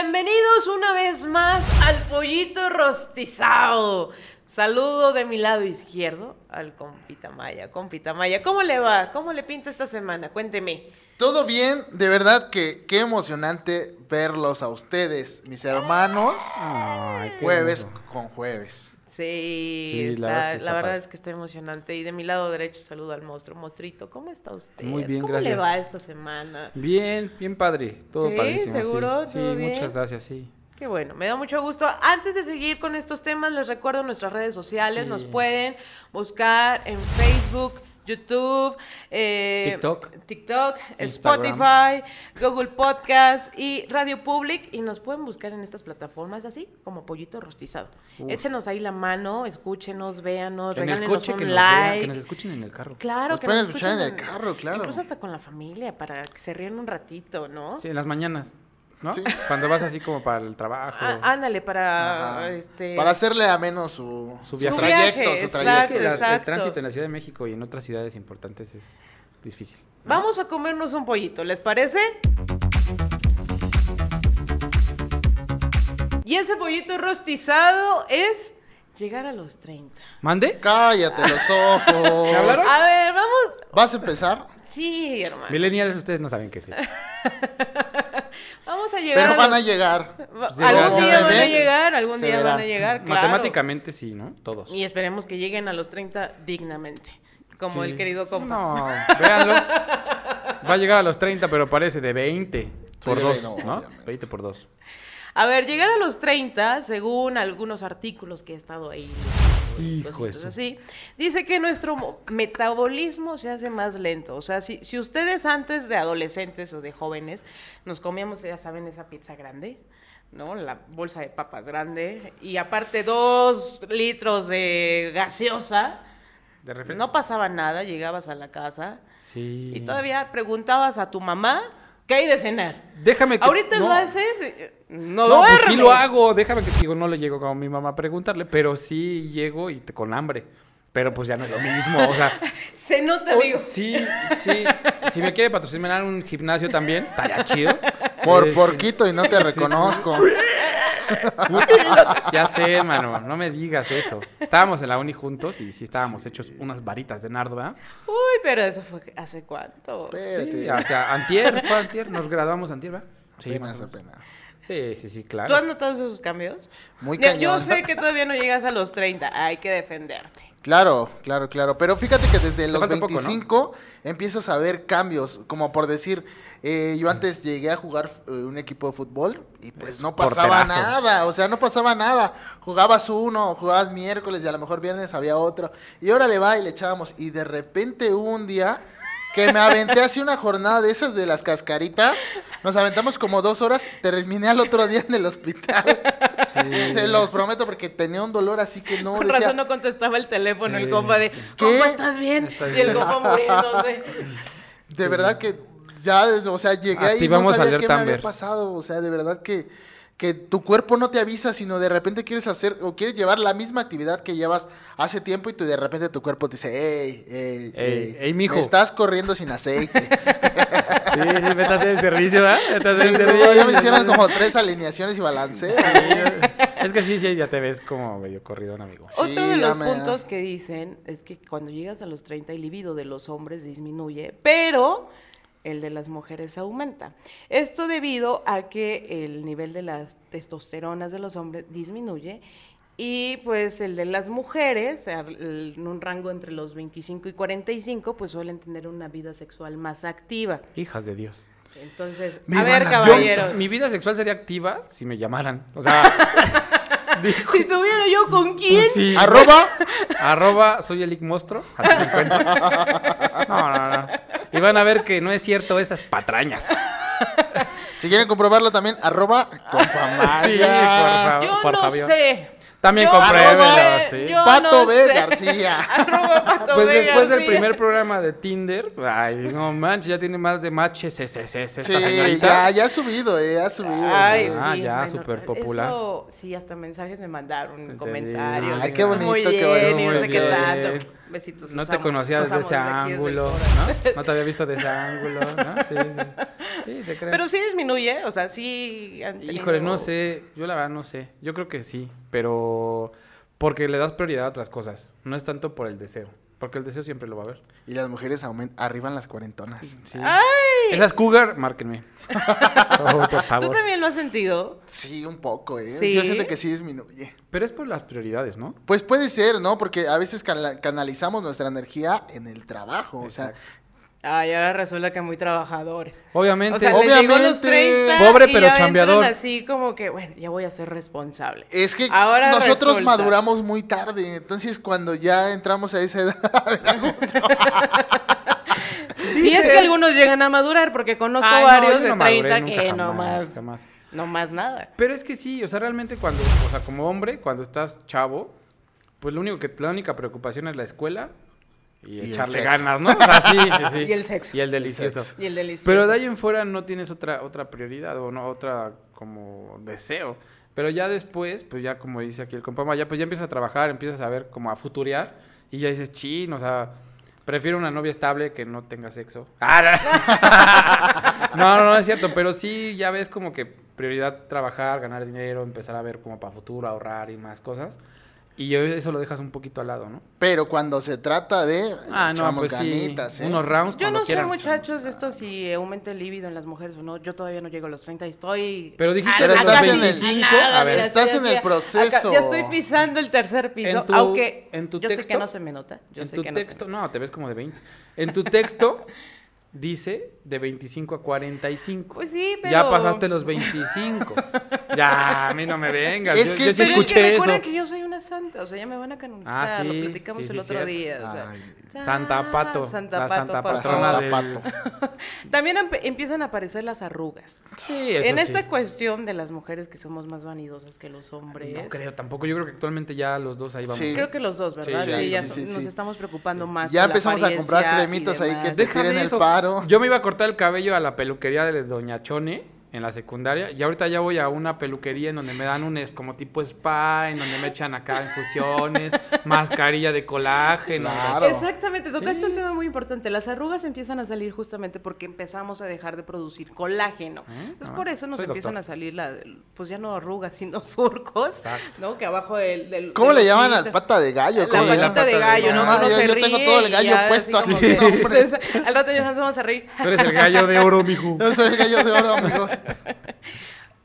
Bienvenidos una vez más al pollito rostizado. Saludo de mi lado izquierdo al compita Maya. Compita Maya, ¿cómo le va? ¿Cómo le pinta esta semana? Cuénteme. Todo bien, de verdad que qué emocionante verlos a ustedes, mis hermanos. Ay, qué Jueves bonito. con jueves. Sí, Sí, está- la, verdad, la verdad sí está padre. es que está emocionante. Y de mi lado derecho saludo al monstruo. Monstruito, ¿cómo está usted? Muy bien, ¿Cómo le gracias. va esta semana? Bien, bien padre. Todo Sí, padrísimo. seguro, Sí, todo sí bien. muchas gracias, sí. Qué bueno, me da mucho gusto. Antes de seguir con estos temas, les recuerdo nuestras redes sociales. Sí. Nos pueden buscar en Facebook, YouTube, eh, TikTok. TikTok, Instagram. Spotify, Google Podcast y Radio Public. Y nos pueden buscar en estas plataformas así como Pollito Rostizado. Uf. Échenos ahí la mano, escúchenos, véanos, en el regálenos coche un que nos vean, like. que nos escuchen en el carro. Claro, Nos que pueden nos escuchar en escuchen el carro, claro. Incluso hasta con la familia, para que se rían un ratito, ¿no? Sí, en las mañanas, ¿no? Sí. Cuando vas así como para el trabajo. Á- Ah, ándale, para Ajá. este. Para hacerle ameno su, Su su, viaje. trayecto, Su viaje, su Es trayecto. que la- el exacto. tránsito en la Ciudad de México y en otras ciudades importantes es difícil. Vamos a comernos un pollito, ¿les parece? Y ese pollito rostizado es llegar a los 30. ¿Mande? Cállate los ¿Me ojos. hablaron? A ver, vamos. ¿Vas a empezar? Sí, hermano. Millennials, ustedes no saben qué es. eso. Vamos a llegar. Pero van los- a llegar. Va- Algún llegar a día los van a 30, llegar, algún se día van a verán. llegar, claro. Matemáticamente sí, ¿no? Todos. Y esperemos que lleguen a los 30 dignamente, como Sí. el querido compa. No, véanlo. Va a llegar a los 30, pero parece de 20 por de 2, 20, ¿no? obviamente. 20 por 2. A ver, llegar a los 30, según algunos artículos que he estado ahí. Hijo cositas de su- así, dice que nuestro mo- metabolismo se hace más lento. O sea, si, si ustedes antes de adolescentes o de jóvenes nos comíamos, ya saben, esa pizza grande, ¿no? La bolsa de papas grande y aparte dos litros de gaseosa, ¿De refresco? no pasaba nada, llegabas a la casa Sí. y todavía preguntabas a tu mamá qué hay de cenar. Déjame que... Ahorita no. lo haces, eh, no, No, pues sí duermes. lo hago, déjame que digo, no le llego como mi mamá a preguntarle, pero sí llego y te- con hambre. Pero pues ya no es lo mismo, o sea, Se nota, amigo. sí, sí, si me quiere patrocinar un gimnasio también, estaría chido. Por Eh, porquito y no te reconozco. Ya sé, hermano, no me digas eso. Estábamos en la uni juntos y sí estábamos hechos unas varitas de nardo, ¿verdad? Uy, pero eso fue hace cuánto. Sí, Espérate. o sea, antier, fue antier, nos graduamos antier, ¿verdad? Sí, Apenas, más o menos. apenas. sí, sí, sí, claro. ¿Tú has notado esos cambios? Muy Mira, Yo cañón. sé que todavía no llegas a los 30, hay que defenderte. Claro, claro, claro. Pero fíjate que desde los falta poco, ¿no? 25 empiezas a ver cambios. Como por decir, eh, yo antes llegué a jugar eh, un equipo de fútbol y pues no pasaba porterazo. nada. O sea, no pasaba nada. Jugabas uno, jugabas miércoles y a lo mejor viernes había otro. Y ahora le va y le echábamos. Y de repente hubo un día que me aventé así una jornada de esas de las cascaritas. Nos aventamos como dos horas. Terminé al otro día en el hospital. Sí. Se los prometo porque tenía un dolor así que no Con decía. razón no contestaba el teléfono, el Sí, compa de, sí. compa, ¿Qué? ¿estás bien? Estás Y el bien. compa muriéndose. De verdad que ya, o sea, llegué y no Activamos sabía alert qué me había Amber. pasado. O sea, de verdad que, que tu cuerpo no te avisa, sino de repente quieres hacer o quieres llevar la misma actividad que llevas hace tiempo y tú, de repente tu cuerpo te dice, ey, ey, Ey, ey, mijo". me estás corriendo sin aceite. Sí, sí, me estás en servicio, ¿verdad? Me estás en servicio. ya me hicieron como tres alineaciones y balance. Es que sí, sí, ya te ves como medio corridón, amigo. Sí, Otro de ya los me- puntos que dicen es que cuando llegas a los 30 el libido de los hombres disminuye, pero el de las mujeres aumenta. Esto debido a que el nivel de las testosteronas de los hombres disminuye y pues el de las mujeres al- en un rango entre los 25 y 45 pues suelen tener una vida sexual más activa. Hijas de Dios. Entonces, a Vivan ver las caballeros, Mi vida sexual sería activa si me llamaran. O sea, si tuviera yo con quién, sí. Arroba, Arroba soy el Ic Monstruo. así me encuentran. No, no, no. Y van a ver que no es cierto esas patrañas. si quieren comprobarlo también, arroba Sí, por compamaya. favor. yo por no Fabio. sé. También Yo compruébenlo, no sé, sí. yo Pato no B. sé. García. Arroba Pato Pues B. después del García. primer programa de Tinder, ay, no manches, ya tiene más de matches ese, ese, ese, esta Sí, señorita. ya, ya ha subido, eh, ha subido. Ay, Ah, sí, ya, bueno, superpopular. eso, sí, hasta mensajes me mandaron, digo. comentarios. Ay, qué bonito, Muy qué bien, y bonito, no sé qué qué bonito. tanto. Besitos. No los te amo, conocía los desde amo ese aquí, desde el ángulo, corazón. ¿no? No te había visto de ese ángulo, ¿no? Sí, sí. Sí, te creo. Pero sí disminuye, o sea, sí. han Híjole, tenido- no sé. Yo la verdad no sé. Yo creo que sí, pero porque le das prioridad a otras cosas. No es tanto por el deseo, porque el deseo siempre lo va a haber. Y las mujeres aumen- arriban las cuarentonas. Sí. ¡Ay! Esas cougar, márquenme. Oh, por ¿Tú favor. también lo has sentido? Sí, un poco, ¿eh? Sí. Yo siento que sí disminuye. Pero es por las prioridades, ¿no? Pues puede ser, ¿no? Porque a veces cala- canalizamos nuestra energía en el trabajo. Exacto. Ay, ahora resulta que muy trabajadores. Obviamente. O sea, Obvio. les llegó los Obviamente. 30 Pobre, y pero ya entran chambeador. así como que, bueno, ya voy a ser responsable. O sea, es que Ahora nosotros resulta. maduramos muy tarde. Entonces, cuando ya entramos a esa edad, Sí, es que algunos llegan a madurar, porque conozco Ay, no, yo varios de no 30 maduré nunca, que jamás, no más, jamás. no más nada. Pero es que sí, o sea, realmente cuando, o sea, como hombre, cuando estás chavo, pues lo único que, la única preocupación es la escuela y, Y el echarle sexo. ganas, ¿no? O sea, sí, sí, sí. Y el sexo. Y el delicioso. sexo. Y el delicioso. Pero de ahí en fuera no tienes otra, otra prioridad o no, otra como deseo. Pero ya después, pues ya como dice aquí el compa, ya pues ya empiezas a trabajar, empiezas a ver como a futurear y ya dices, chin, o sea, prefiero una novia estable que no tenga sexo. Ah, no, no, no, no es cierto, pero sí ya ves como que prioridad trabajar, ganar dinero, empezar a ver como para futuro, ahorrar y más cosas. Y yo- eso lo dejas un poquito al lado, ¿no? pero cuando se trata de le Ah, no, echamos pues ganitas, sí, ¿eh? unos rounds Yo cuando no sé, quieran. muchachos, esto si aumenta el líbido en las mujeres o no. Yo todavía no llego a los 30 y estoy. Pero dijiste Pero a- estás casi en el- ni a nada, A ver. mira, Estás estoy en así, el acá- proceso. ya estoy pisando el tercer piso, En tu- aunque en tu yo sé que texto- no se me nota. Yo en sé tu que no se texto, no, te ves como de 20. En tu texto dice de 25 a 45. Pues sí, Ya pero- pasaste los 25. ya, a mí no me vengas. Es yo, que- yo sí Pero es escuché que recuerden eso. que yo soy una santa, o sea, ya me van a canonizar, Ah, sí, lo platicamos sí, el sí, otro cierto. día. o sea. Ay, Santa Pato, Ah, Santa la Pato, Santa por la patrona favor. Santa del- Pato. También empe- empiezan a aparecer las arrugas. Sí, eso en sí. esta cuestión de las mujeres que somos más vanidosas que los hombres. No creo tampoco. Yo creo que actualmente ya los dos ahí vamos. Sí. Creo que los dos, ¿verdad? Sí, Sí, sí, ya sí, so- sí, nos sí. estamos preocupando más. Ya por la empezamos a comprar apariencia cremitas y ahí que demás. te- tiren el paro. Yo me iba a cortar el cabello a la peluquería de Doña Chone en la secundaria y ahorita ya voy a una peluquería en donde me dan un es como tipo spa, en donde me echan acá infusiones, mascarilla de colágeno. Claro. Exactamente, tocaste un tema muy importante. Las arrugas empiezan a salir justamente porque empezamos a dejar de producir colágeno. Entonces, Ah, por eso nos soy empiezan doctor. a salir, la, pues ya no arrugas, sino surcos, Exacto. ¿no? Que abajo del... del- ¿Cómo del le llaman al ojito. pata de gallo? La ¿Cómo le patita patita llaman? de gallo, ¿no? Ah, Que uno yo- se yo tengo ríe todo el y gallo ya, puesto así como aquí, que- no, hombre. Entonces, al rato ya nos vamos a reír. Tú eres el gallo de oro, mijo. Yo soy el gallo de oro, amigos.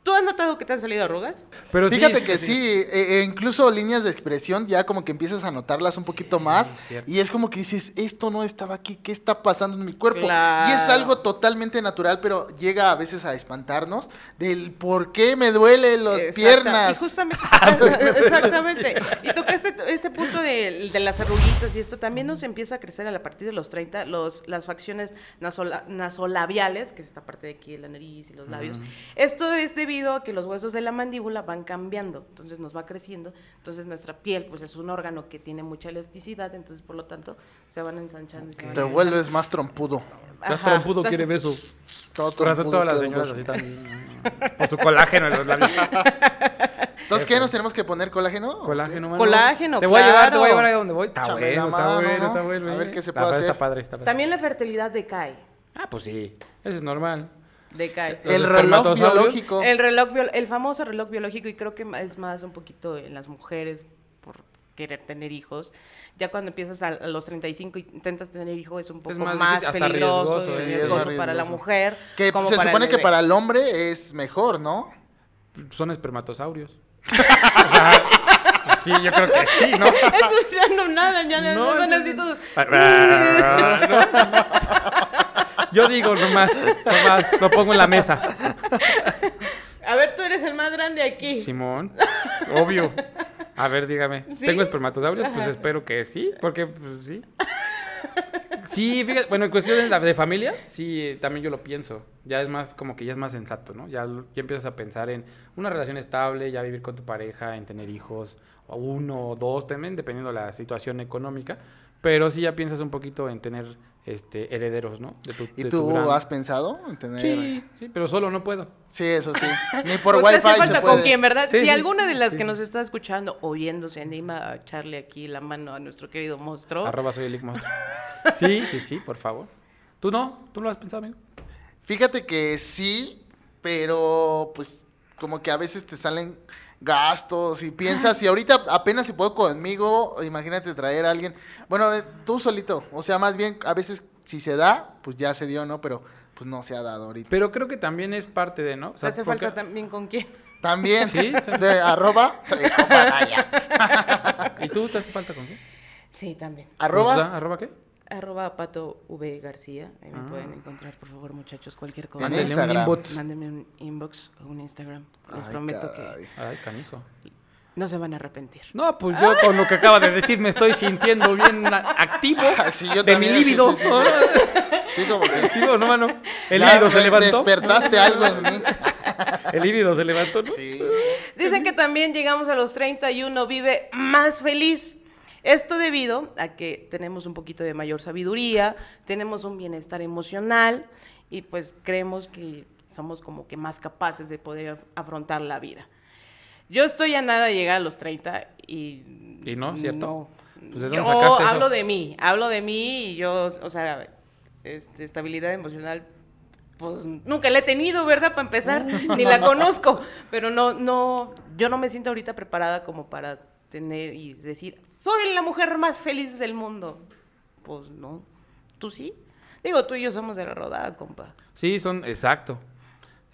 ¿Tú has notado que te han salido arrugas? Pero Fíjate que sí, e- e incluso líneas de expresión ya como que empiezas a notarlas un poquito más cierto. y es como que dices, esto no estaba aquí, ¿qué está pasando en mi cuerpo? Y es Claro. algo totalmente natural, pero llega a veces a espantarnos del por qué me duele las Exacta- piernas. Y justamente, exactamente. Y tocaste t- este punto de, de las arruguitas y esto también nos empieza a crecer a la partir de los 30, los, las facciones nasola- nasolabiales, que es esta parte de aquí de la nariz y los labios. Esto es debido a que los huesos de la mandíbula van cambiando, entonces nos va creciendo, entonces nuestra piel pues es un órgano que tiene mucha elasticidad, entonces por lo tanto se van ensanchando. y se van Te ensanchando. vuelves más trompudo. Estás Ajá, trompudo, estás- quiere beso. Todo Por eso trompudo, todas las todo señoras trompudo. así están. Por su colágeno en los labios. Entonces, ¿qué nos tenemos que poner colágeno? Colágeno, mano. Colágeno, Te voy a llevar, te claro. voy a llevar ahí donde voy. Está Échame bueno, la está mano, bueno, ¿no? está bueno. A ver eh. qué se La puede verdad Está hacer. padre, está padre. También la fertilidad decae, Ah, pues sí. Eso es normal. decae. Los El reloj espermatozoides. biológico. El reloj bio- el famoso reloj biológico y creo que ma- es más un poquito en las mujeres por querer tener hijos. Ya cuando empiezas a, a los 35 y intentas tener hijos es un poco más más, difícil, hasta peligroso, riesgoso, y sí, es riesgoso más para la riesgoso. mujer. Que como se para el supone que bebé. para el hombre es mejor, ¿no? Pues Son espermatosaurios. O sea, sí, yo creo que sí, ¿no? Eso ya no nada, ya no, No, van eso Ah, así sí. todos. ah, Yo digo nomás, nomás, lo pongo en la mesa. A ver, tú eres el más grande aquí. Simón, obvio. A ver, dígame. ¿Sí? ¿Tengo espermatosaurios? Pues Ajá. espero que sí, porque pues sí. Sí, fíjate, bueno, en cuestión de, la- de familia, sí, eh, también yo lo pienso. Ya es más, como que ya es más sensato, ¿no? Ya, lo- ya empiezas a pensar en una relación estable, ya vivir con tu pareja, en tener hijos, o uno o dos también, dependiendo de la situación económica. Pero sí ya piensas un poquito en tener este herederos, ¿no? De tu- ¿Y de tu tú gran- has pensado en tener...? Sí, sí, pero solo no puedo. Sí, eso sí. Ni por Pues te hace wifi se falta con puede. quién, ¿verdad? Sí, si sí, alguna de las sí, que sí. nos está escuchando o viendo se anima a echarle aquí la mano a nuestro querido monstruo, Arroba soy el Ick Monstruo. Sí, sí, sí, por favor. ¿Tú no? ¿Tú lo has pensado, amigo? Fíjate que sí, pero pues como que a veces te salen gastos y piensas, y ahorita apenas se puede conmigo, imagínate traer a alguien, bueno, eh, tú solito, o sea, más bien a veces si se da, pues ya se dio, ¿no? Pero pues no se ha dado ahorita. Pero creo que también es parte de, ¿no? O sea, Hace porque- falta también con quién. También, Sí, de arroba, de Coparaya. ¿Y tú te hace falta con qué? Sí, también. arroba, ¿Nos da? ¿Arroba qué? Arroba Pato V García. Ahí me Ah. pueden encontrar, por favor, muchachos, cualquier cosa. en Mándale un Instagram. inbox. Mándenme un inbox o un Instagram. Les Ay, prometo caray. que Ay, canijo. no se van a arrepentir. No, pues yo con lo que acaba de decir me estoy sintiendo bien a- activo Sí, yo de mi también, sí, líbido. sí, Sí, sí, Sí, como que o no, mano? El ya líbido se re- levantó. Despertaste algo en mí. El líbido se levantó, ¿no? Sí. Dicen que también llegamos a los 31, vive más feliz. Esto debido a que tenemos un poquito de mayor sabiduría, tenemos un bienestar emocional y pues creemos que somos como que más capaces de poder af- afrontar la vida. Yo estoy a nada de llegar a los 30 y... Y no, ¿cierto? Pues, ¿de dónde yo sacaste eso? hablo de mí, hablo de mí y yo, o sea, este, estabilidad emocional pues nunca la he tenido, ¿verdad? Para empezar, ni la conozco, pero no, no, yo no me siento ahorita preparada como para tener y decir, soy la mujer más feliz del mundo. Pues no, tú sí. Digo, tú y yo somos de la rodada, compa. Sí, son, exacto.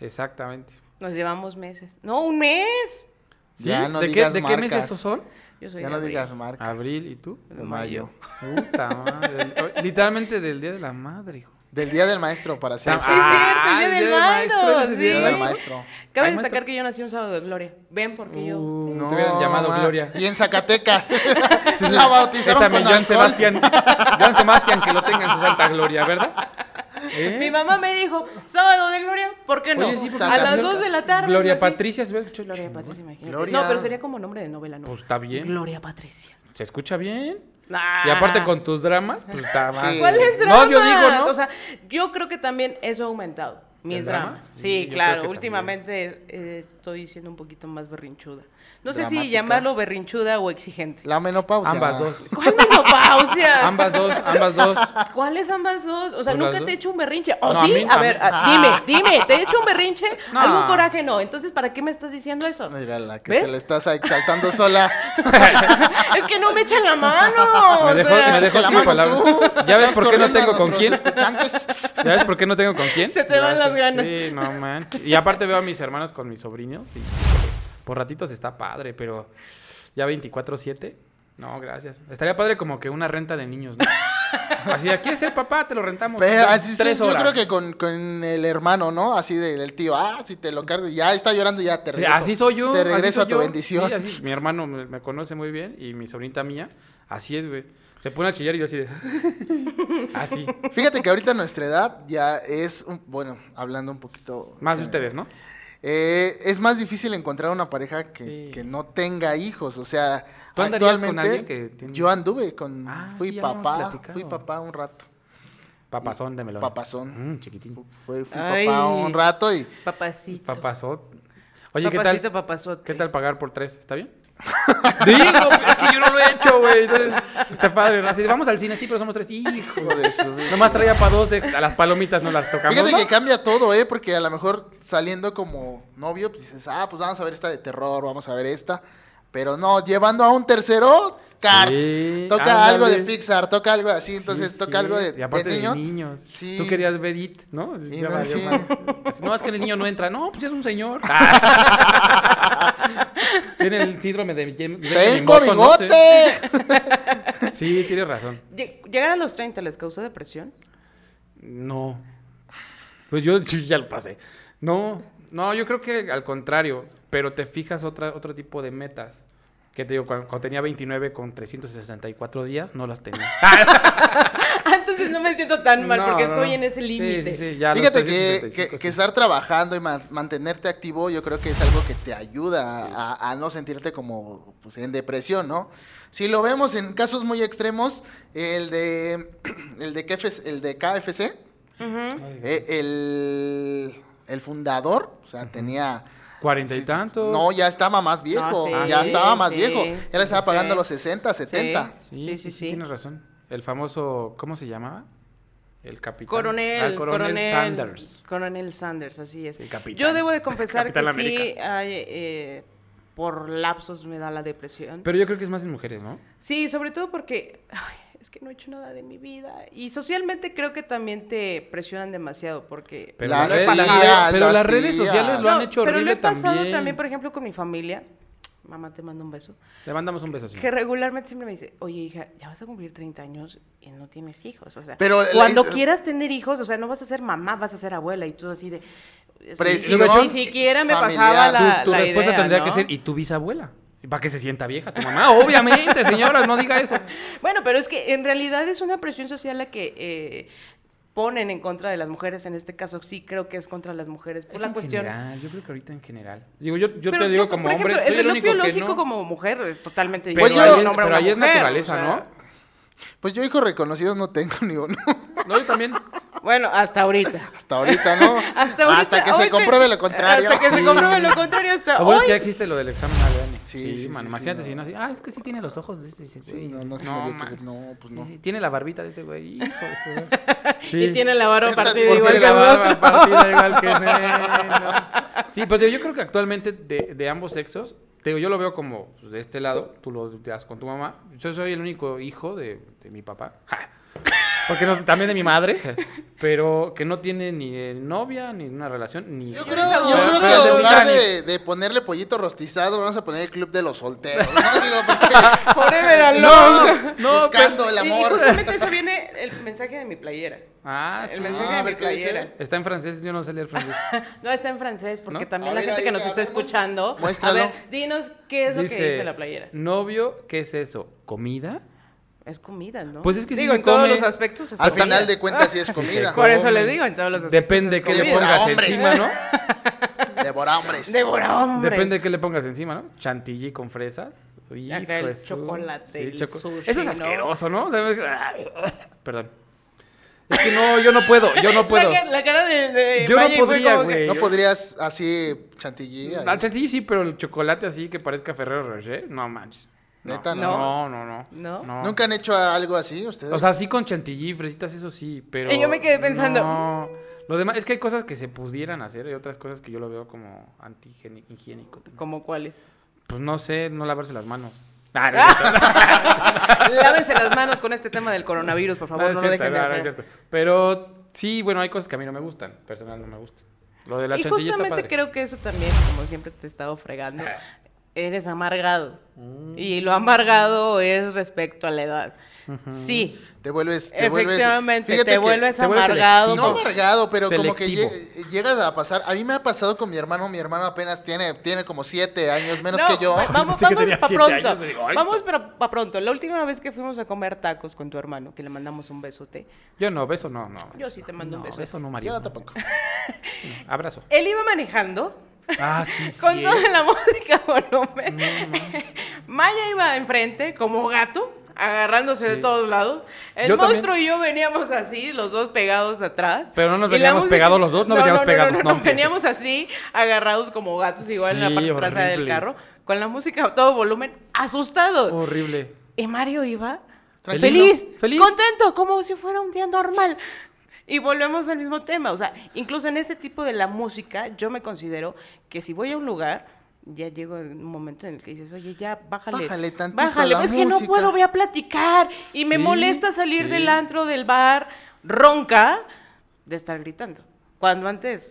Exactamente. Nos llevamos meses. No, un mes. ¿Sí? Ya no ¿De, qué, digas ¿De qué mes marcas. estos son? Yo soy Ya de no abril. digas marcas. Abril, ¿y tú? De mayo. Puta madre. Oye, Literalmente del Día de la Madre, hijo. Del Día del Maestro, para ser. Ah, Sí, es cierto, Ah, Día el del Día del Maestro, Uh, Maestro, ese sí. Día Día del Maestro. Cabe Ay, maestro. destacar que yo nací un sábado de gloria. Ven, porque yo... Uh, No, te hubieran llamado ma. Gloria. Y en Zacatecas. la bautizaron Esa mi con Joan alcohol. Sebastián. Joan Sebastián, que lo tenga en su santa gloria, ¿verdad? ¿Eh? Mi mamá me dijo, sábado de gloria, ¿por qué no? Oye, sí, porque a las Santa 2 de la tarde. Gloria nací. Patricia, ¿se hubiera escuchado? Gloria Patricia, imagínate. Gloria. No, pero sería como nombre de novela, ¿no? Pues está bien. Gloria Patricia. ¿Se escucha bien? Ah. Y aparte con tus dramas, pues está más. Sí. ¿Cuál es drama? No, yo digo, ¿no? O sea, yo creo que también eso ha aumentado. Mis ¿El drama? dramas. Sí, Sí, yo creo claro. que Últimamente eh, estoy siendo un poquito más berrinchuda. No sé si Dramática. llamarlo berrinchuda o exigente. La menopausia. ambas dos. ¿Cuál menopausia? Ambas dos, ambas dos. ¿Cuáles ambas dos? O sea, ¿Pues las nunca te dos? he hecho un berrinche. ¿O No, a sí? mí- a a ver, mí- a- dime, dime, ¿te he hecho un berrinche? No. ¿Algún coraje? No. Entonces, ¿para qué me estás diciendo eso? Mira, la que ¿Ves? se le estás exaltando sola. es que no me echan la mano. Me o dejó- sea, me Échate dejó la sin mano palabras. tú. ¿Ya Estás ves por qué no corriendo a tengo con nuestros quién? escuchantes. ¿Ya ves por qué no tengo con quién? Se te van las ganas. Sí, no manches. Y aparte veo a mis hermanos con mis sobrinos. y por ratitos está padre, pero ya 24-7. No, gracias. Estaría padre como que una renta de niños, ¿no? Así, ¿quieres ser papá? Te lo rentamos. Pero Dos, así sí, tres yo horas. creo que con, con el hermano, ¿no? Así de- del tío, ah, si te lo cargo, ya está llorando, ya te Sí, regreso. así soy yo. Te así regreso soy a tu yo. bendición. Sí, así. Mi hermano me, me conoce muy bien y mi sobrinita mía. Así es, güey. Se pone a chillar y yo así de... así. Fíjate que ahorita nuestra edad ya es, un- bueno, hablando un poquito. Más general. de ustedes, ¿no? Eh, es más difícil encontrar una pareja que, Sí. que no tenga hijos. O sea, ¿Tú andarías con alguien que tiene- yo anduve con. Ah, fui sí, ya habíamos papá, platicado. fui papá un rato. Papazón de melón. Papazón. Mm, chiquitín. Fui, fui Ay. papá un rato y. Papacito. Papazón. Oye, ¿qué papacito, tal? papazote. ¿Qué tal pagar por tres? ¿Está bien? Digo, es que yo no lo he hecho, güey. Entonces, está padre. ¿no? Así, vamos al cine, sí, pero somos tres. Hijo. Hijo de su- Nomás traía para dos de a las palomitas, no las tocamos. Fíjate ¿no? que cambia todo, ¿eh? Porque a lo mejor saliendo como novio, pues dices, ah, pues vamos a ver esta de terror, vamos a ver esta. Pero no, llevando a un tercero, Cars. Sí, toca ándale. algo de Pixar, toca algo así, entonces Sí, toca algo de, Y aparte de niño. niños. Sí. Tú querías ver It, ¿no? Sí, Ya no, valió sí. madre. No, es que el niño no entra. No, pues es un señor. tiene el síndrome de... Jem- de Benjamin ¡Tengo Button, no sé. bigote! Sí, tienes razón. Lle- ¿Llegar a los 30 les causó depresión? No. Pues yo sí, ya lo pasé. No, no, yo creo que al contrario, pero te fijas otra, otro tipo de metas. Que te digo, cuan- cuando, tenía 29 con 364 días, no las tenía. Ah, entonces no me siento tan mal No, porque no, estoy no. en ese Sí, límite. sí, sí, ya los Fíjate que, 365, que- que sí. estar trabajando y ma- mantenerte activo, yo creo que es algo que te ayuda a, a no sentirte como pues, en depresión, ¿no? Si lo vemos en casos muy extremos, el de el de KFC, el de KFC, Ujú. eh, el, el fundador, o sea, tenía Cuarenta y sí, sí, tantos. No, ya estaba más viejo, Ah, sí, ya estaba más sí, viejo. sí, Ya le estaba sí, pagando sí. los 60, 70. Sí, sí, sí. Tienes razón. El famoso, ¿cómo se llamaba? el capitán. Coronel, Ah, coronel, Sanders. Coronel Sanders, así es. Sí, capitán. Yo debo de confesar que Capitán sí, América. hay, eh, por lapsos me da la depresión. Pero yo creo que es más en mujeres, ¿no? Sí, sobre todo porque ay, es que no he hecho nada de mi vida. Y socialmente creo que también te presionan demasiado porque... Pero Las red- tías, pero las las redes tías. sociales lo han No, hecho pero horrible lo he pasado también. también. por ejemplo, con mi familia. Mamá, te mando un beso. Le mandamos un beso, sí. Que regularmente siempre me dice, oye, hija, ya vas a cumplir 30 años y no tienes hijos. O sea, Pero la- cuando es- quieras tener hijos, o sea, no vas a ser mamá, vas a ser abuela. Y tú así de... Presión ni, ni siquiera me pasaba familiar. la, tu, tu la respuesta idea, tendría que ¿no? ser, ¿y tu bisabuela? ¿Para que se sienta vieja tu mamá? Obviamente, señora, no diga eso. Bueno, pero es que en realidad es una presión social la que eh, ponen en contra de las mujeres. En este caso sí creo que es contra las mujeres por Es la en cuestión. general, yo creo que ahorita en general. Digo, yo, yo Pero te digo yo, como por ejemplo, hombre, tú el eres el reloj único que biológico no. como mujer es totalmente Pero, diferente. yo- de ahí, un es- hombre a pero una ahí es mujer, naturaleza, o sea. Pues yo hijos reconocidos no tengo ni uno ¿no? No, yo también. Bueno, hasta ahorita. hasta ahorita, ¿no? Hasta ahorita. Hasta que se ahorita- compruebe lo contrario. Hasta que se compruebe lo contrario hasta Lo bueno es que ya hoy. existe lo del examen ADN. Sí, sí, sí, man, sí, imagínate no. si no así. Ah, es que sí tiene los ojos de este. ese güey. Sí, no, no se me dio que man. ser- no, pues Sí, no. sí, tiene la barbita de ese güey. Hijo de su güey. Y tiene la barba Estas partida por Tiene igual que la el barba otro. partida igual que él, ¿no? Sí, pero digo, yo creo que actualmente de, de ambos sexos, te digo, yo lo veo como pues, de este lado, tú lo das con tu mamá. Yo soy el único hijo de, de mi papá. Ja. Porque no- también de mi madre, pero que no tiene ni eh, novia, ni una relación, ni... Yo creo, No, yo pero- pero creo que de en lugar ni- de, de ponerle pollito rostizado, vamos a poner el club de los solteros. No digo porque Forever Sí, alone. no, buscando el Y- Y amor. justamente eso viene el mensaje de mi playera. Ah, sí. El mensaje Ah, de a mi ver qué dice. playera. Está en francés, yo no sé leer francés. No, está en francés, porque ¿No? también A la ver, gente ahí, que nos a está ver, muestra- escuchando. muéstralo. A ver, dinos qué es lo que dice la playera. novio, ¿qué es eso? ¿Comida? Es comida, ¿no? Pues es que sí digo, se en todos come. los aspectos. es al comida. final de cuentas sí es comida. Por eso Come. les digo, en todos los aspectos. Depende es que le comida. Devora pongas hombres. encima, ¿no? Devora hombres. Devora hombre. Depende de qué le pongas encima, ¿no? Chantilly con fresas. Hijo Acá el de su- chocolate, el sushi, Eso es ¿no? asqueroso, ¿no? O sea, es- Perdón. Es que no, yo no puedo, yo no puedo. La, ca- la cara de. de Yo no Valle fue podría, como que- güey. No podrías así chantilly. ahí? La chantilly sí, pero el chocolate así que parezca Ferrero Rocher, no manches. No. Neta, no. No, no, no. ¿No? ¿Nunca han hecho algo así ustedes? O sea, sí con chantilly, fresitas, eso sí, pero... Y yo me quedé pensando, No. Lo demás, es que hay cosas que se pudieran hacer y otras cosas que yo lo veo como antihigiénico. ¿Cómo cuáles? Pues no sé, no lavarse las manos. Ah, no es cierto. Lávense las manos con este tema del coronavirus, por favor, Ah, es no, lo cierto, dejen de no, no es hacer. cierto. Pero sí, bueno, hay cosas que a mí no me gustan. Personal no me gusta. Lo de la y chantilly está justamente padre. creo que eso también, como siempre te he estado fregando, eres amargado. Mm. Y lo amargado es respecto a la edad. Sí, te vuelves, te vuelves. efectivamente, Fíjate te que- vuelves te vuelves amargado. No selectivo. por- amargado, pero como que Selectivo. lle- llegas a pasar. A mí me ha pasado con mi hermano. Mi hermano apenas tiene, tiene como siete años menos No, que yo. va- Vamos, Pensé que vamos tenía para siete pronto. años, y digo, ay, vamos para, pa' pronto. La última vez que fuimos a comer tacos con tu hermano, que le mandamos un besote, Yo no, beso no, no. Yo sí te mando un No, beso. Beso no, María. Yo tampoco. Abrazo. él iba manejando Ah, sí, sí. con eh. toda la música a volumen. Maya iba enfrente como gato, agarrándose de Sí. todos lados. El Yo también. monstruo y yo veníamos así, los dos pegados atrás. Pero no nos Y la veníamos música- pegados los dos, no veníamos pegados, No, no no, empieces. veníamos así, agarrados como gatos, igual en la Sí, parte trasera del horrible. carro, con la música a todo volumen, asustados. Horrible. Y Mario iba Tranquilo. feliz, Feliz. contento, como si fuera un día normal. Y volvemos al mismo tema. O sea, incluso en este tipo de la música, yo me considero que si voy a un lugar, ya llego en un momento en el que dices, oye, ya bájale. Bájale tantito Bájale, la es que no música". puedo, voy a platicar. Y me Sí, molesta salir sí. del antro, del bar, ronca, de estar gritando. Cuando antes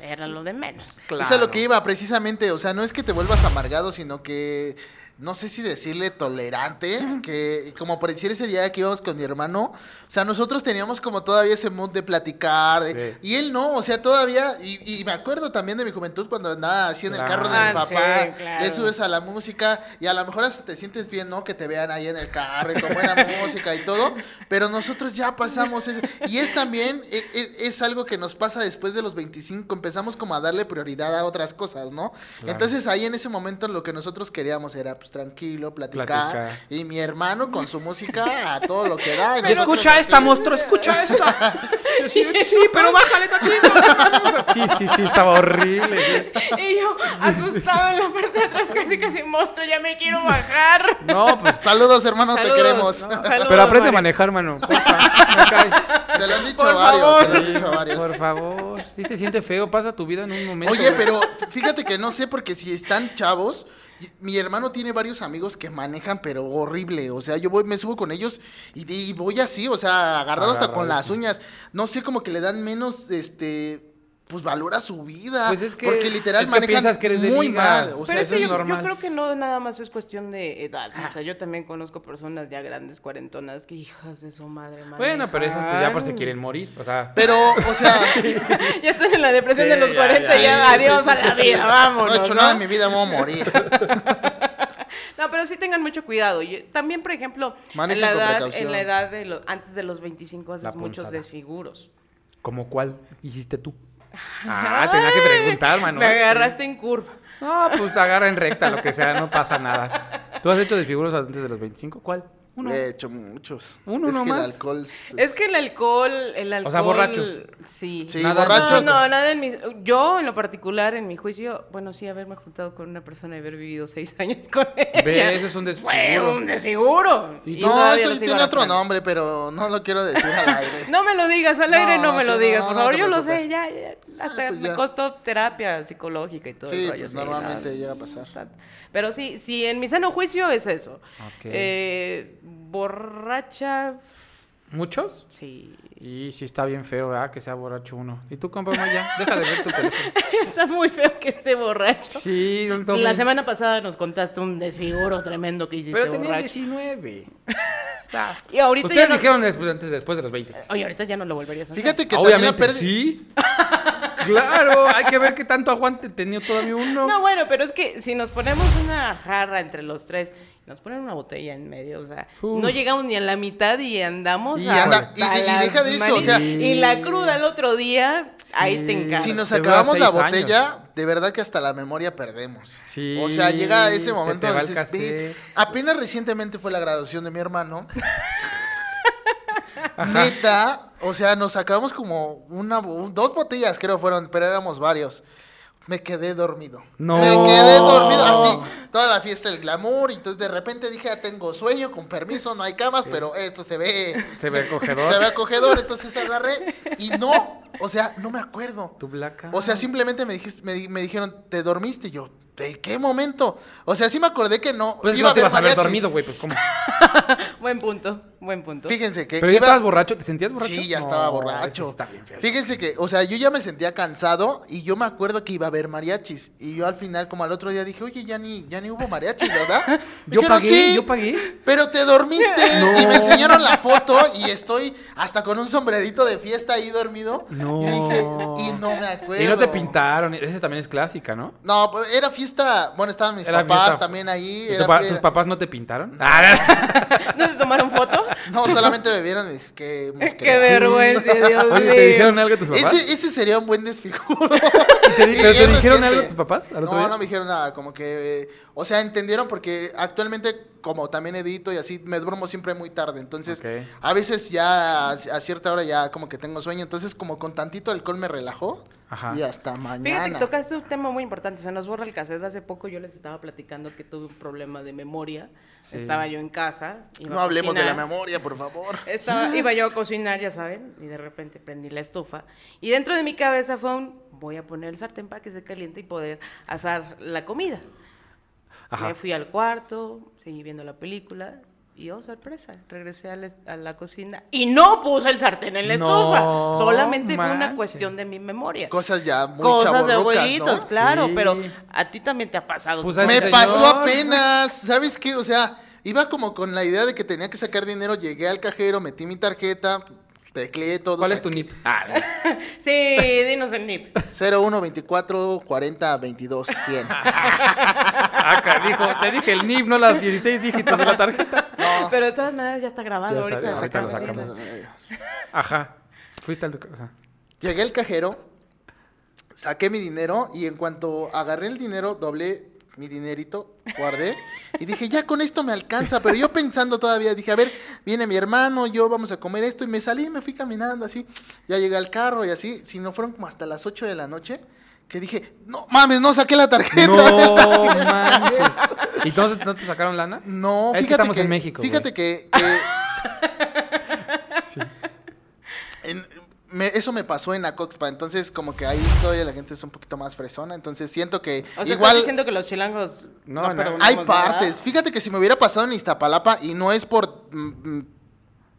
era lo de menos. Claro. Eso es lo que iba, precisamente. O sea, no es que te vuelvas amargado, sino que. No sé si decirle tolerante, que como por decir ese día que íbamos con mi hermano, o sea, nosotros teníamos como todavía ese mood de platicar, de- Sí. y él no, o sea, todavía, y, y me acuerdo también de mi juventud cuando andaba así en el carro de mi Claro. Ah, papá, sí, claro. le subes a la música, y a lo mejor hasta te sientes bien, ¿no? Que te vean ahí en el carro, y con buena música y todo, pero nosotros ya pasamos eso, y es también, e- e- es, algo que nos pasa después de los 25, empezamos como a darle prioridad a otras cosas, ¿no? Claro. Entonces ahí en ese momento lo que nosotros queríamos era, pues, tranquilo, platicar, Platicar. y mi hermano con su música a todo lo que da. y nosotros Escucha así. esta, monstruo, escucha esta. Yo sí, sí, pero bájale tantito. O sea, sí, sí, sí, estaba horrible. güey. Y yo, asustado en la parte de atrás, casi casi monstruo, ya me quiero bajar. No, pues. Saludos, hermano, Saludos, te queremos. ¿no? Saludos, Pero aprende Mari. a manejar, mano. porfa, no caes. Se lo han dicho Por a varios, se lo han Sí, dicho a varios. Por favor. Sí se siente feo. Pasa tu vida en un momento. Oye, güey. pero fíjate que no sé porque si están chavos, y- mi hermano tiene varios amigos que manejan pero horrible, o sea, yo voy me subo con ellos y, y voy así, o sea, agarrado hasta con las Agarradísimo. uñas. No sé como que le dan menos este pues valor a su vida, Pues es que- porque literal es que manejan piensas que eres de muy ligas. mal, o Pero sea, Pero eso sí, es yo, yo normal. creo que no nada más es cuestión de edad. ¿no? O sea, yo también conozco personas ya grandes, cuarentonas, que hijas de su madre. Bueno, pero esas pues ya por si manejan. quieren morir. O sea. pero o sea, Ya están en la depresión Sí, de los ya, 40, ya, ya, ya. adiós Sí, sí, a la sí, sí. vida, no vámonos. he No, hecho nada en mi vida, me voy a morir. No, pero sí tengan mucho cuidado. Yo- también, por ejemplo, en Manejen la, con edad, precaución. en la edad de los, antes de los 25 haces La muchos punzada. desfiguros. ¿Como cuál hiciste tú? Ah, tenía que preguntar, mano. eh, Me agarraste en curva. No, pues agarra en recta, lo que sea, no pasa nada. ¿Tú has hecho desfiguros antes de los 25? ¿Cuál? Uno. Le he hecho muchos. Uno es que el nomás. alcohol es, Es que el alcohol, el alcohol. O sea, borrachos. Sí. Sí, Nada, borrachos. No, no, nada en mi, yo en lo particular, en mi juicio, bueno, sí haberme juntado con una persona y haber vivido seis años con ella. Ve, ese es un desfiguro. Fue un desfiguro. Y No, todavía lo eso sigo tiene otro arrastrando. nombre, pero no lo quiero decir al aire. No me lo digas, al No, aire no, no, me sí, lo no, digas, por no favor, te yo lo preocupes. sé, ya, ya, hasta Ah, pues me ya. costó terapia psicológica y todo Sí, el rollo. pues no, normalmente llega a pasar. tanto. Pero sí, sí, en mi sano juicio es eso. Ok. Eh, borracha, ¿Muchos? sí. Y sí está bien feo, ¿verdad? Que sea borracho uno. ¿Y tú, compa, ya? Deja de ver tu teléfono. Está muy feo que esté borracho. Sí, no tomes. La semana pasada nos contaste un desfiguro tremendo que hiciste Pero tenía borracho. 19. Y ahorita ya Ustedes no... dijeron después, antes, después de los 20. Oye, ahorita ya no lo volverías a hacer. Fíjate que también la Obviamente, pérdida... sí. claro, hay que ver qué tanto aguante tenía todavía uno. No, bueno, pero es que si nos ponemos una jarra entre los tres, nos ponen una botella en medio, o sea, Uf. no llegamos ni a la mitad y andamos Y a- anda- y- a y- y las deja de eso, o sea- Y la cruda el otro día, ahí te Sí. encargo. Si nos Te dura acabamos la seis botella, de verdad que hasta la memoria perdemos. Sí, O sea, llega se ese momento te va donde el dices, "Ve, cassette". apenas recientemente fue la graduación de mi hermano. Neta, o sea, nos sacamos como una, bo- dos botellas, creo fueron, pero éramos varios. Me quedé dormido. No. Me quedé dormido así. Toda la fiesta del glamour. Y entonces de repente dije, ya tengo sueño, con permiso, no hay camas, pero esto se ve Se ve acogedor. se ve acogedor, entonces agarré y no, o sea, no me acuerdo. Tu placa. O sea, simplemente me, dijiste- me, di- me dijeron, ¿te dormiste? Y yo, ¿de qué momento? O sea, sí me acordé que no. Pues iba no te a ibas a haber haber mariachis. dormido, güey, pues cómo. Buen punto, buen punto. Fíjense que Pero ya iba- estabas borracho, ¿te sentías borracho? Sí, ya estaba No, borracho. eso Está bien feo. Fíjense que, o sea, yo ya me sentía cansado y yo me acuerdo que iba a haber mariachis. Y yo al final, como al otro día, dije, oye, ya ni, ya ni hubo mariachis, ¿verdad? Yo Dijeron, pagué, "Sí". yo pagué. Pero te dormiste No. y me enseñaron la foto y estoy hasta con un sombrerito de fiesta ahí dormido. No. Y dije, y no me acuerdo. Y no te pintaron. Esa también es clásica, ¿no? No, pues, era fiesta, bueno, estaban mis Era papás fiesta. también ahí. ¿Y tu era pa- fie- ¿Tus papás no te pintaron? Ah, ¿No se tomaron foto? No, solamente bebieron y dije, qué Qué mosquero. vergüenza, Dios Oye, mío. ¿te dijeron algo a tus papás? Ese, ese sería un buen desfiguro. ¿Te, di- Y pero es te dijeron reciente. algo a tus papás? al otro No, día? no me dijeron nada, como que, eh, o sea, entendieron porque actualmente como también edito y así, me duermo siempre muy tarde, entonces Ok. a veces ya a, a cierta hora ya como que tengo sueño, entonces como con tantito alcohol me relajó Ajá. y hasta Fíjate que mañana. tocaste un tema muy importante, se nos borra el cassette. Hace poco yo les estaba platicando que tuve un problema de memoria. Sí. Estaba yo en casa. iba No a hablemos de la cocinar. memoria, por favor. Estaba, iba yo a cocinar, ya saben, y de repente prendí la estufa. Y dentro de mi cabeza fue un, voy a poner el sartén para que se caliente y poder asar la comida. Ajá. Me fui al cuarto, seguí viendo la película, y oh, sorpresa, regresé a la, est- a la cocina y no puse el sartén en la No estufa. Solamente fue manches. una cuestión de mi memoria. Cosas ya muy Cosas de chavorrucas, abuelitos, ¿no? claro, Sí. pero a ti también te ha pasado. Pues, supongo. Me Señor. pasó apenas, ¿sabes qué? O sea, iba como con la idea de que tenía que sacar dinero, llegué al cajero, metí mi tarjeta, tecleé todo. ¿Cuál es tu NIP? Ah, Sí, dinos el nip. 01 24 40 22 100. acá, Ah, dijo, te dije el NIP, no las 16 dígitos de la tarjeta. Pero de todas maneras ya está grabado Ya ahorita. está, lo ahorita lo sacamos. sacamos. Ajá. Fuiste al... Ajá. Llegué al cajero, saqué mi dinero y en cuanto agarré el dinero, doblé mi dinerito, guardé y dije, ya con esto me alcanza, pero yo pensando todavía, dije, a ver, viene mi hermano, yo vamos a comer esto y me salí, me fui caminando así, ya llegué al carro y así, si no fueron como hasta las 8 de la noche, que dije, no mames, no saqué la tarjeta. No manches. ¿Y entonces no te sacaron lana? No, Es que fíjate estamos que, en México, Fíjate que, güey. que- en- me- eso me pasó en Acoxpa, entonces como que ahí todavía la gente es un poquito más fresona, entonces siento que O sea, estás igual diciendo que los chilangos No, no, no. perdonamos hay nada? partes. Fíjate que si me hubiera pasado en Iztapalapa y no es por mm, mm,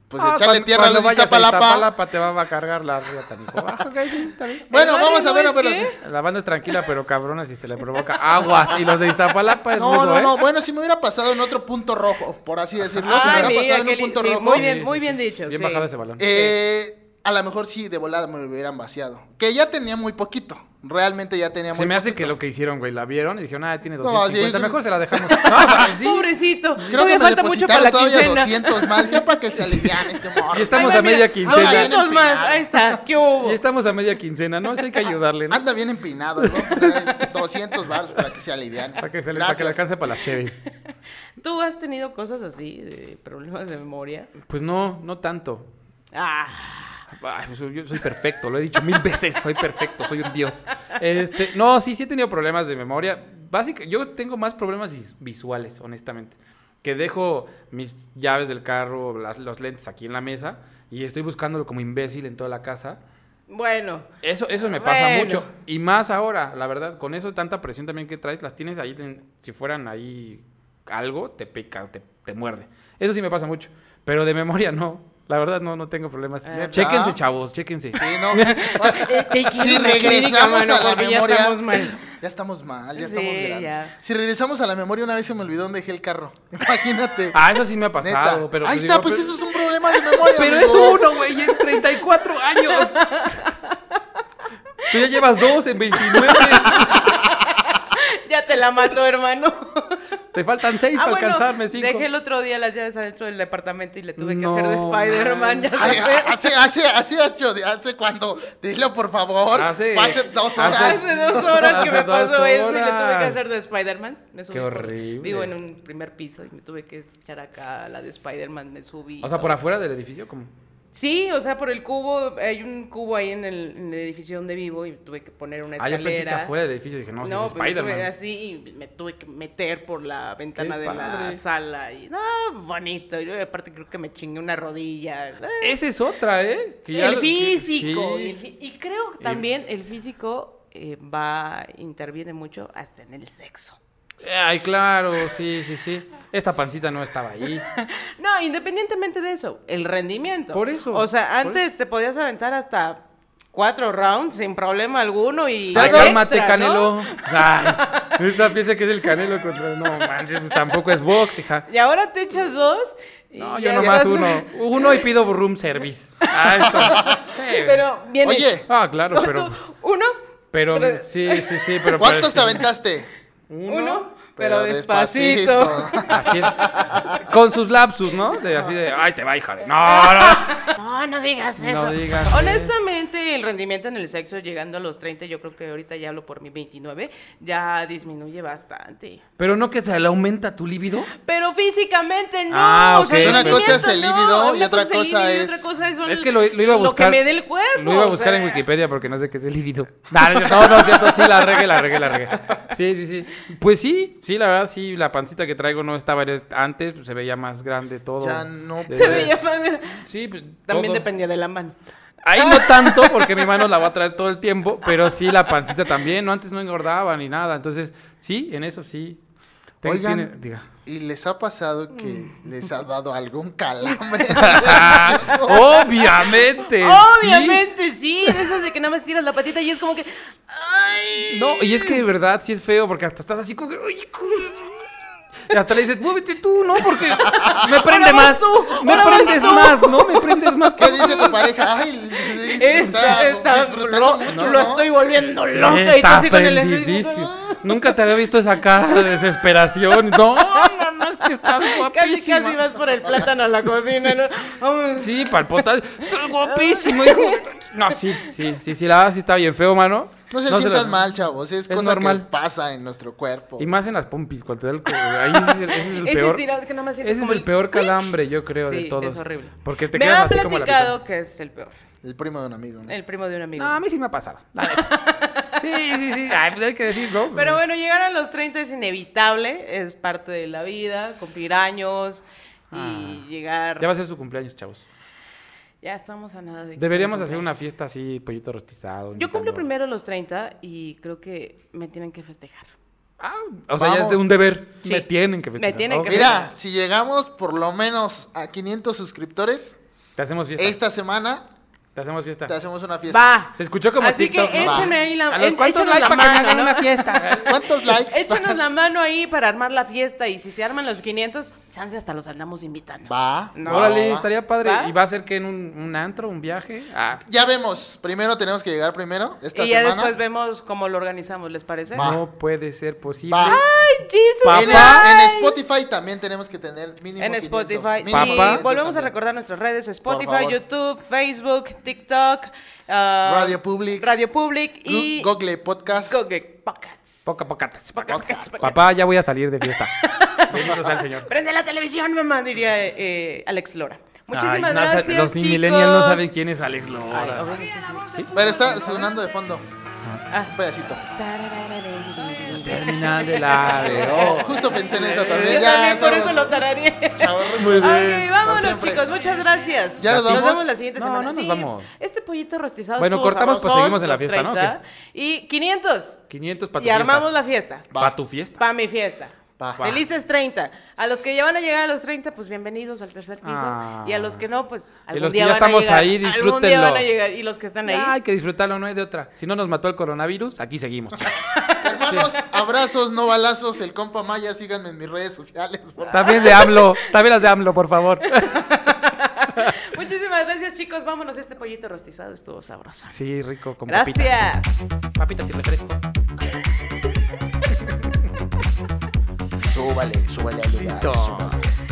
pues Ah, echarle cuando- tierra a cuando los de vayas Iztapalapa. Iztapalapa te va a cargar la ría tan hijo. Ah, ok, sí, está bien. Bueno, Igual vamos y a ver, no a ver. es a ver. que- La banda es tranquila, pero cabrona si se le provoca aguas. Y los de Iztapalapa es No, rudo, no, ¿eh? no. Bueno, si me hubiera pasado en otro punto rojo, por así decirlo, si Ay, me hubiera mira, pasado en un qué li- punto Ah, sí, rojo. muy bien, muy bien dicho, Bien sí. bajado ese balón. Eh, a lo mejor sí, de volada me lo hubieran vaciado. Que ya tenía muy poquito. Realmente ya tenía muy se me hace poquito. que lo que hicieron, güey, la vieron y dijeron, ah, tiene No, 250, sí, mejor se la dejamos. No, pues, sí. Pobrecito, Creo que todavía me falta mucho para depositaron la todavía quincena. 200 más. Ya para que se alivian este morro. Y estamos Ahí va, a media mira, quincena. 200 más, ahí está, ¿qué hubo? Y estamos a media quincena, ¿no? Así que hay que ayudarle, ¿no? Anda bien empinado, ¿no? Trae 200 baros para que se alivian. Para que, se le, para que le Gracias. alcance para las cheves. ¿Tú has tenido cosas así, de problemas de memoria? Pues no, no tanto. Ah, Ay, pues, yo soy perfecto, lo he dicho mil veces, soy perfecto, soy un dios. Este, no, sí, sí he tenido problemas de memoria. Básica, yo tengo más problemas vis- visuales, honestamente. Que dejo mis llaves del carro, las- los lentes aquí en la mesa y estoy buscándolo como imbécil en toda la casa. bueno, Eso, eso me pasa Bueno. mucho. Y más ahora, la verdad, con eso tanta presión también que traes, las tienes ahí, en- si fueran ahí algo, te pica, te, te muerde. Eso sí me pasa mucho. Pero de memoria no. La verdad no, no tengo problemas. Eh, ¿Neta? Chéquense, chavos, chéquense. Sí, no. si regresamos a la memoria. Ya estamos mal. Ya estamos mal, ya Sí, estamos grandes. ya. Si regresamos a la memoria, una vez se me olvidó dónde dejé el carro. Imagínate. Ah, eso sí me ha neta. pasado. Pero Ahí te está, digo, pues pero- eso es un problema de memoria. Pero amigo. es uno, güey, y en 34 años. Tú ya llevas dos en 29. Ya te la mató, hermano. Te faltan seis Ah, para bueno, alcanzarme, cinco. dejé el otro día las llaves adentro del departamento y le tuve que No, hacer de Spider-Man. ya Ay, sabes. hace, hace, hace, ocho días, hace cuando, dilo por favor. Hace- Hace dos hace- horas. Hace dos horas que Hace me dos pasó eso y le tuve que horas. hacer de Spider-Man. Me subí Qué por- horrible. vivo en un primer piso y me tuve que echar acá la de Spider-Man, me subí. O sea, todo. por afuera del edificio, como. Sí, o sea, por el cubo, hay un cubo ahí en el, en el edificio donde vivo y tuve que poner una Ah, escalera. yo pensé que afuera del edificio. Dije, no, si es pues, me tuve Spider-Man. así y me tuve que meter por la ventana Qué de la padre. sala y no, bonito. Y luego, aparte creo que me chingué una rodilla. Eh, Esa es otra, ¿eh? Que ya- el que- físico. sí. el fí- y creo que también el físico eh, va, interviene mucho hasta en el sexo. Ay, claro, sí, sí, sí. Esta pancita no estaba ahí. No, independientemente de eso, el rendimiento. Por eso, O sea, por antes te podías aventar hasta cuatro rounds sin problema alguno y. Ay, extra, cálmate, ¿no? Canelo. Ay, esta piensa que es el Canelo contra. No, manches, pues tampoco es box, hija. Y ahora te echas dos. y No, yo ya nomás estás- uno. Uno y pido room service. Ah, esto. Sí. Pero viene. Oye, Ah, claro, ¿cuánto? pero. Uno. Pero, Pero- sí, sí, sí, pero. ¿cuántos te pero- aventaste? Uno. Pero pero, despacito. Así es. Con sus lapsus, ¿no? De, así de, ay, te va, hija de. No, no. No, no digas No eso. digas Honestamente, el rendimiento en el sexo llegando a los 30, yo creo que ahorita ya hablo por mi 29, ya disminuye bastante. Pero no que se le aumenta tu libido. Pero físicamente no. Ah, o sea, ok. el Una rendimiento cosa es el no, líbido y una otra el cosa líbido y es- otra cosa es, Es que lo, lo iba a buscar. Lo que me dé el cuerpo. Lo iba a o buscar en sea. Wikipedia porque no sé qué es el libido. No, no, no, no, es cierto, sí, la regué, la regué, la regué. Sí, sí, sí. Pues sí, sí, la verdad, sí, la pancita que traigo no estaba en- antes, pues, se veía más grande todo. Ya no Se Se Pues, veía madre. Sí, pues, También todo. dependía de la mano. Ahí no tanto, porque mi mano la va a traer todo el tiempo, pero sí, la pancita también, no, antes no engordaba ni nada. Entonces, sí, en eso sí. Ten- Oigan. tiene- diga. ¿Y les ha pasado que Mm. les ha dado algún calambre? Ah, Obviamente. sí. Obviamente, sí. De esas de que nada más tiras la patita y es como que. ¡Ay! No, y es que de verdad sí es feo porque hasta estás así como que. "Ay, hijo de-". Y hasta le dices, muévete tú, ¿no? Porque me prende vas más. tú, me ahora vas prendes tú. más, ¿no? Me prendes más. ¿Qué dice tu pareja? Ay, Es- está está- disfrutando lo, mucho, lo ¿no? estoy volviendo Sí, loca y tú está así con el prendidísimo. Nunca te había visto esa cara de desesperación. No, no, no, es que estás Casi, casi guapísima. Ah, vas por el plátano a la cocina, ¿no? Vamos. Sí, palpotas. Estás guapísimo, hijo. No, sí, sí, sí, sí, la verdad sí está bien feo, mano. No se la- sientan mal, chavos. Es, Es cosa normal. que pasa en nuestro cuerpo. Y más en las pompis, cuando te da el... co- Ahí ese es el, ese es el Ese peor... estirado que nada más sientes Ese es como el peor calambre, yo creo, Sí, de todos. es horrible. Porque te Me quedas han así como la platicado que es el peor. El primo de un amigo. ¿no? El primo de un picada. amigo. No, a mí sí me ha pasado. la neta. sí, sí, sí. Ay, pues hay que decirlo. Pero bueno, llegar a los 30 es inevitable, es parte de la vida, cumplir años y Ah. llegar... Ya Ya, va a ser su cumpleaños, chavos. estamos a nada de... que sea Deberíamos mi hacer cumpleaños. una fiesta así, pollito rostizado. Yo cumplo invitando- primero los 30 y creo que me tienen que festejar. Ah, o sea, ya es Vamos. de un deber. Sí. Me tienen que Me festejar. tienen que Ok. Mira, si llegamos por lo menos a 500 suscriptores, Te hacemos fiesta. esta semana Te hacemos fiesta. te hacemos una fiesta. Va. Se escuchó como Así TikTok, que ¿no? échenme Va. ahí la, ¿A los en- cuántos échenos likes la para que me mano, hagan ¿no? una fiesta? ¿Cuántos likes? Échenos la mano ahí para armar la fiesta y si se arman los 500, chance hasta los andamos invitando. Va. No. va, va, Órale, va. estaría padre. ¿Va? ¿Y va a ser que en un, un antro, un viaje? Ah, Ya vemos. Primero tenemos que llegar primero. Esta y ya semana. después vemos cómo lo organizamos, ¿les parece? Va. no puede ser posible. Va. ¡Ay, Jesus Papá. En, Christ! en Spotify también tenemos que tener mínimo En 500, Spotify. mínimo Sí, 500 volvemos a también. recordar nuestras redes: Spotify, favor. YouTube, Facebook, TikTok, ah, Radio Public. Radio Public y Gu- Google Podcast. Google Podcasts. Poca, poca, poca, poca, Podcast. poca. Papá, ya voy a salir de fiesta. Bendito sea el Señor. Prende la televisión, mamá, diría eh, Alex Lora. Muchísimas Ay, no, gracias. Los chicos. millennials no saben quién es Alex Lora. Ay, obviamente Pero está sonando de fondo. Ah. Un pedacito. sí. Terminal de la Oh, justo pensé en eso también. Yo Ya, también por eso sabroso. lo tararía. Chavos, Ok, vámonos, siempre. chicos. Muchas gracias. ¿Ya nos vamos? vemos la siguiente No, semana. no nos Sí, vamos. Este pollito rostizado. Bueno, estuvo cortamos, pues, sabrosón, seguimos en la los fiesta, ¿no? 30. Y 500. 500 para tu y armamos fiesta. la fiesta. Va. Para tu fiesta. Para mi fiesta. Va. Va. Felices 30. A los que ya van a llegar a los 30, pues bienvenidos al tercer piso. Ah. Y a los que no, pues algún los que día ya van a estamos llegar. ahí, Algún día van a disfrútenlo. llegar. Y los que están ahí. Ah, hay que disfrutarlo, no hay de otra. Si no nos mató el coronavirus, aquí seguimos. Hermanos, abrazos, no balazos. El compa Maya, síganme en mis redes sociales. por favor. También de AMLO. También las de AMLO, por favor. Muchísimas gracias, chicos. Vámonos. Este pollito rostizado estuvo sabroso. Sí, rico, con papitas. Gracias. Papitas y refresco. Súbale, súbale al lugar. Listo. Súbale.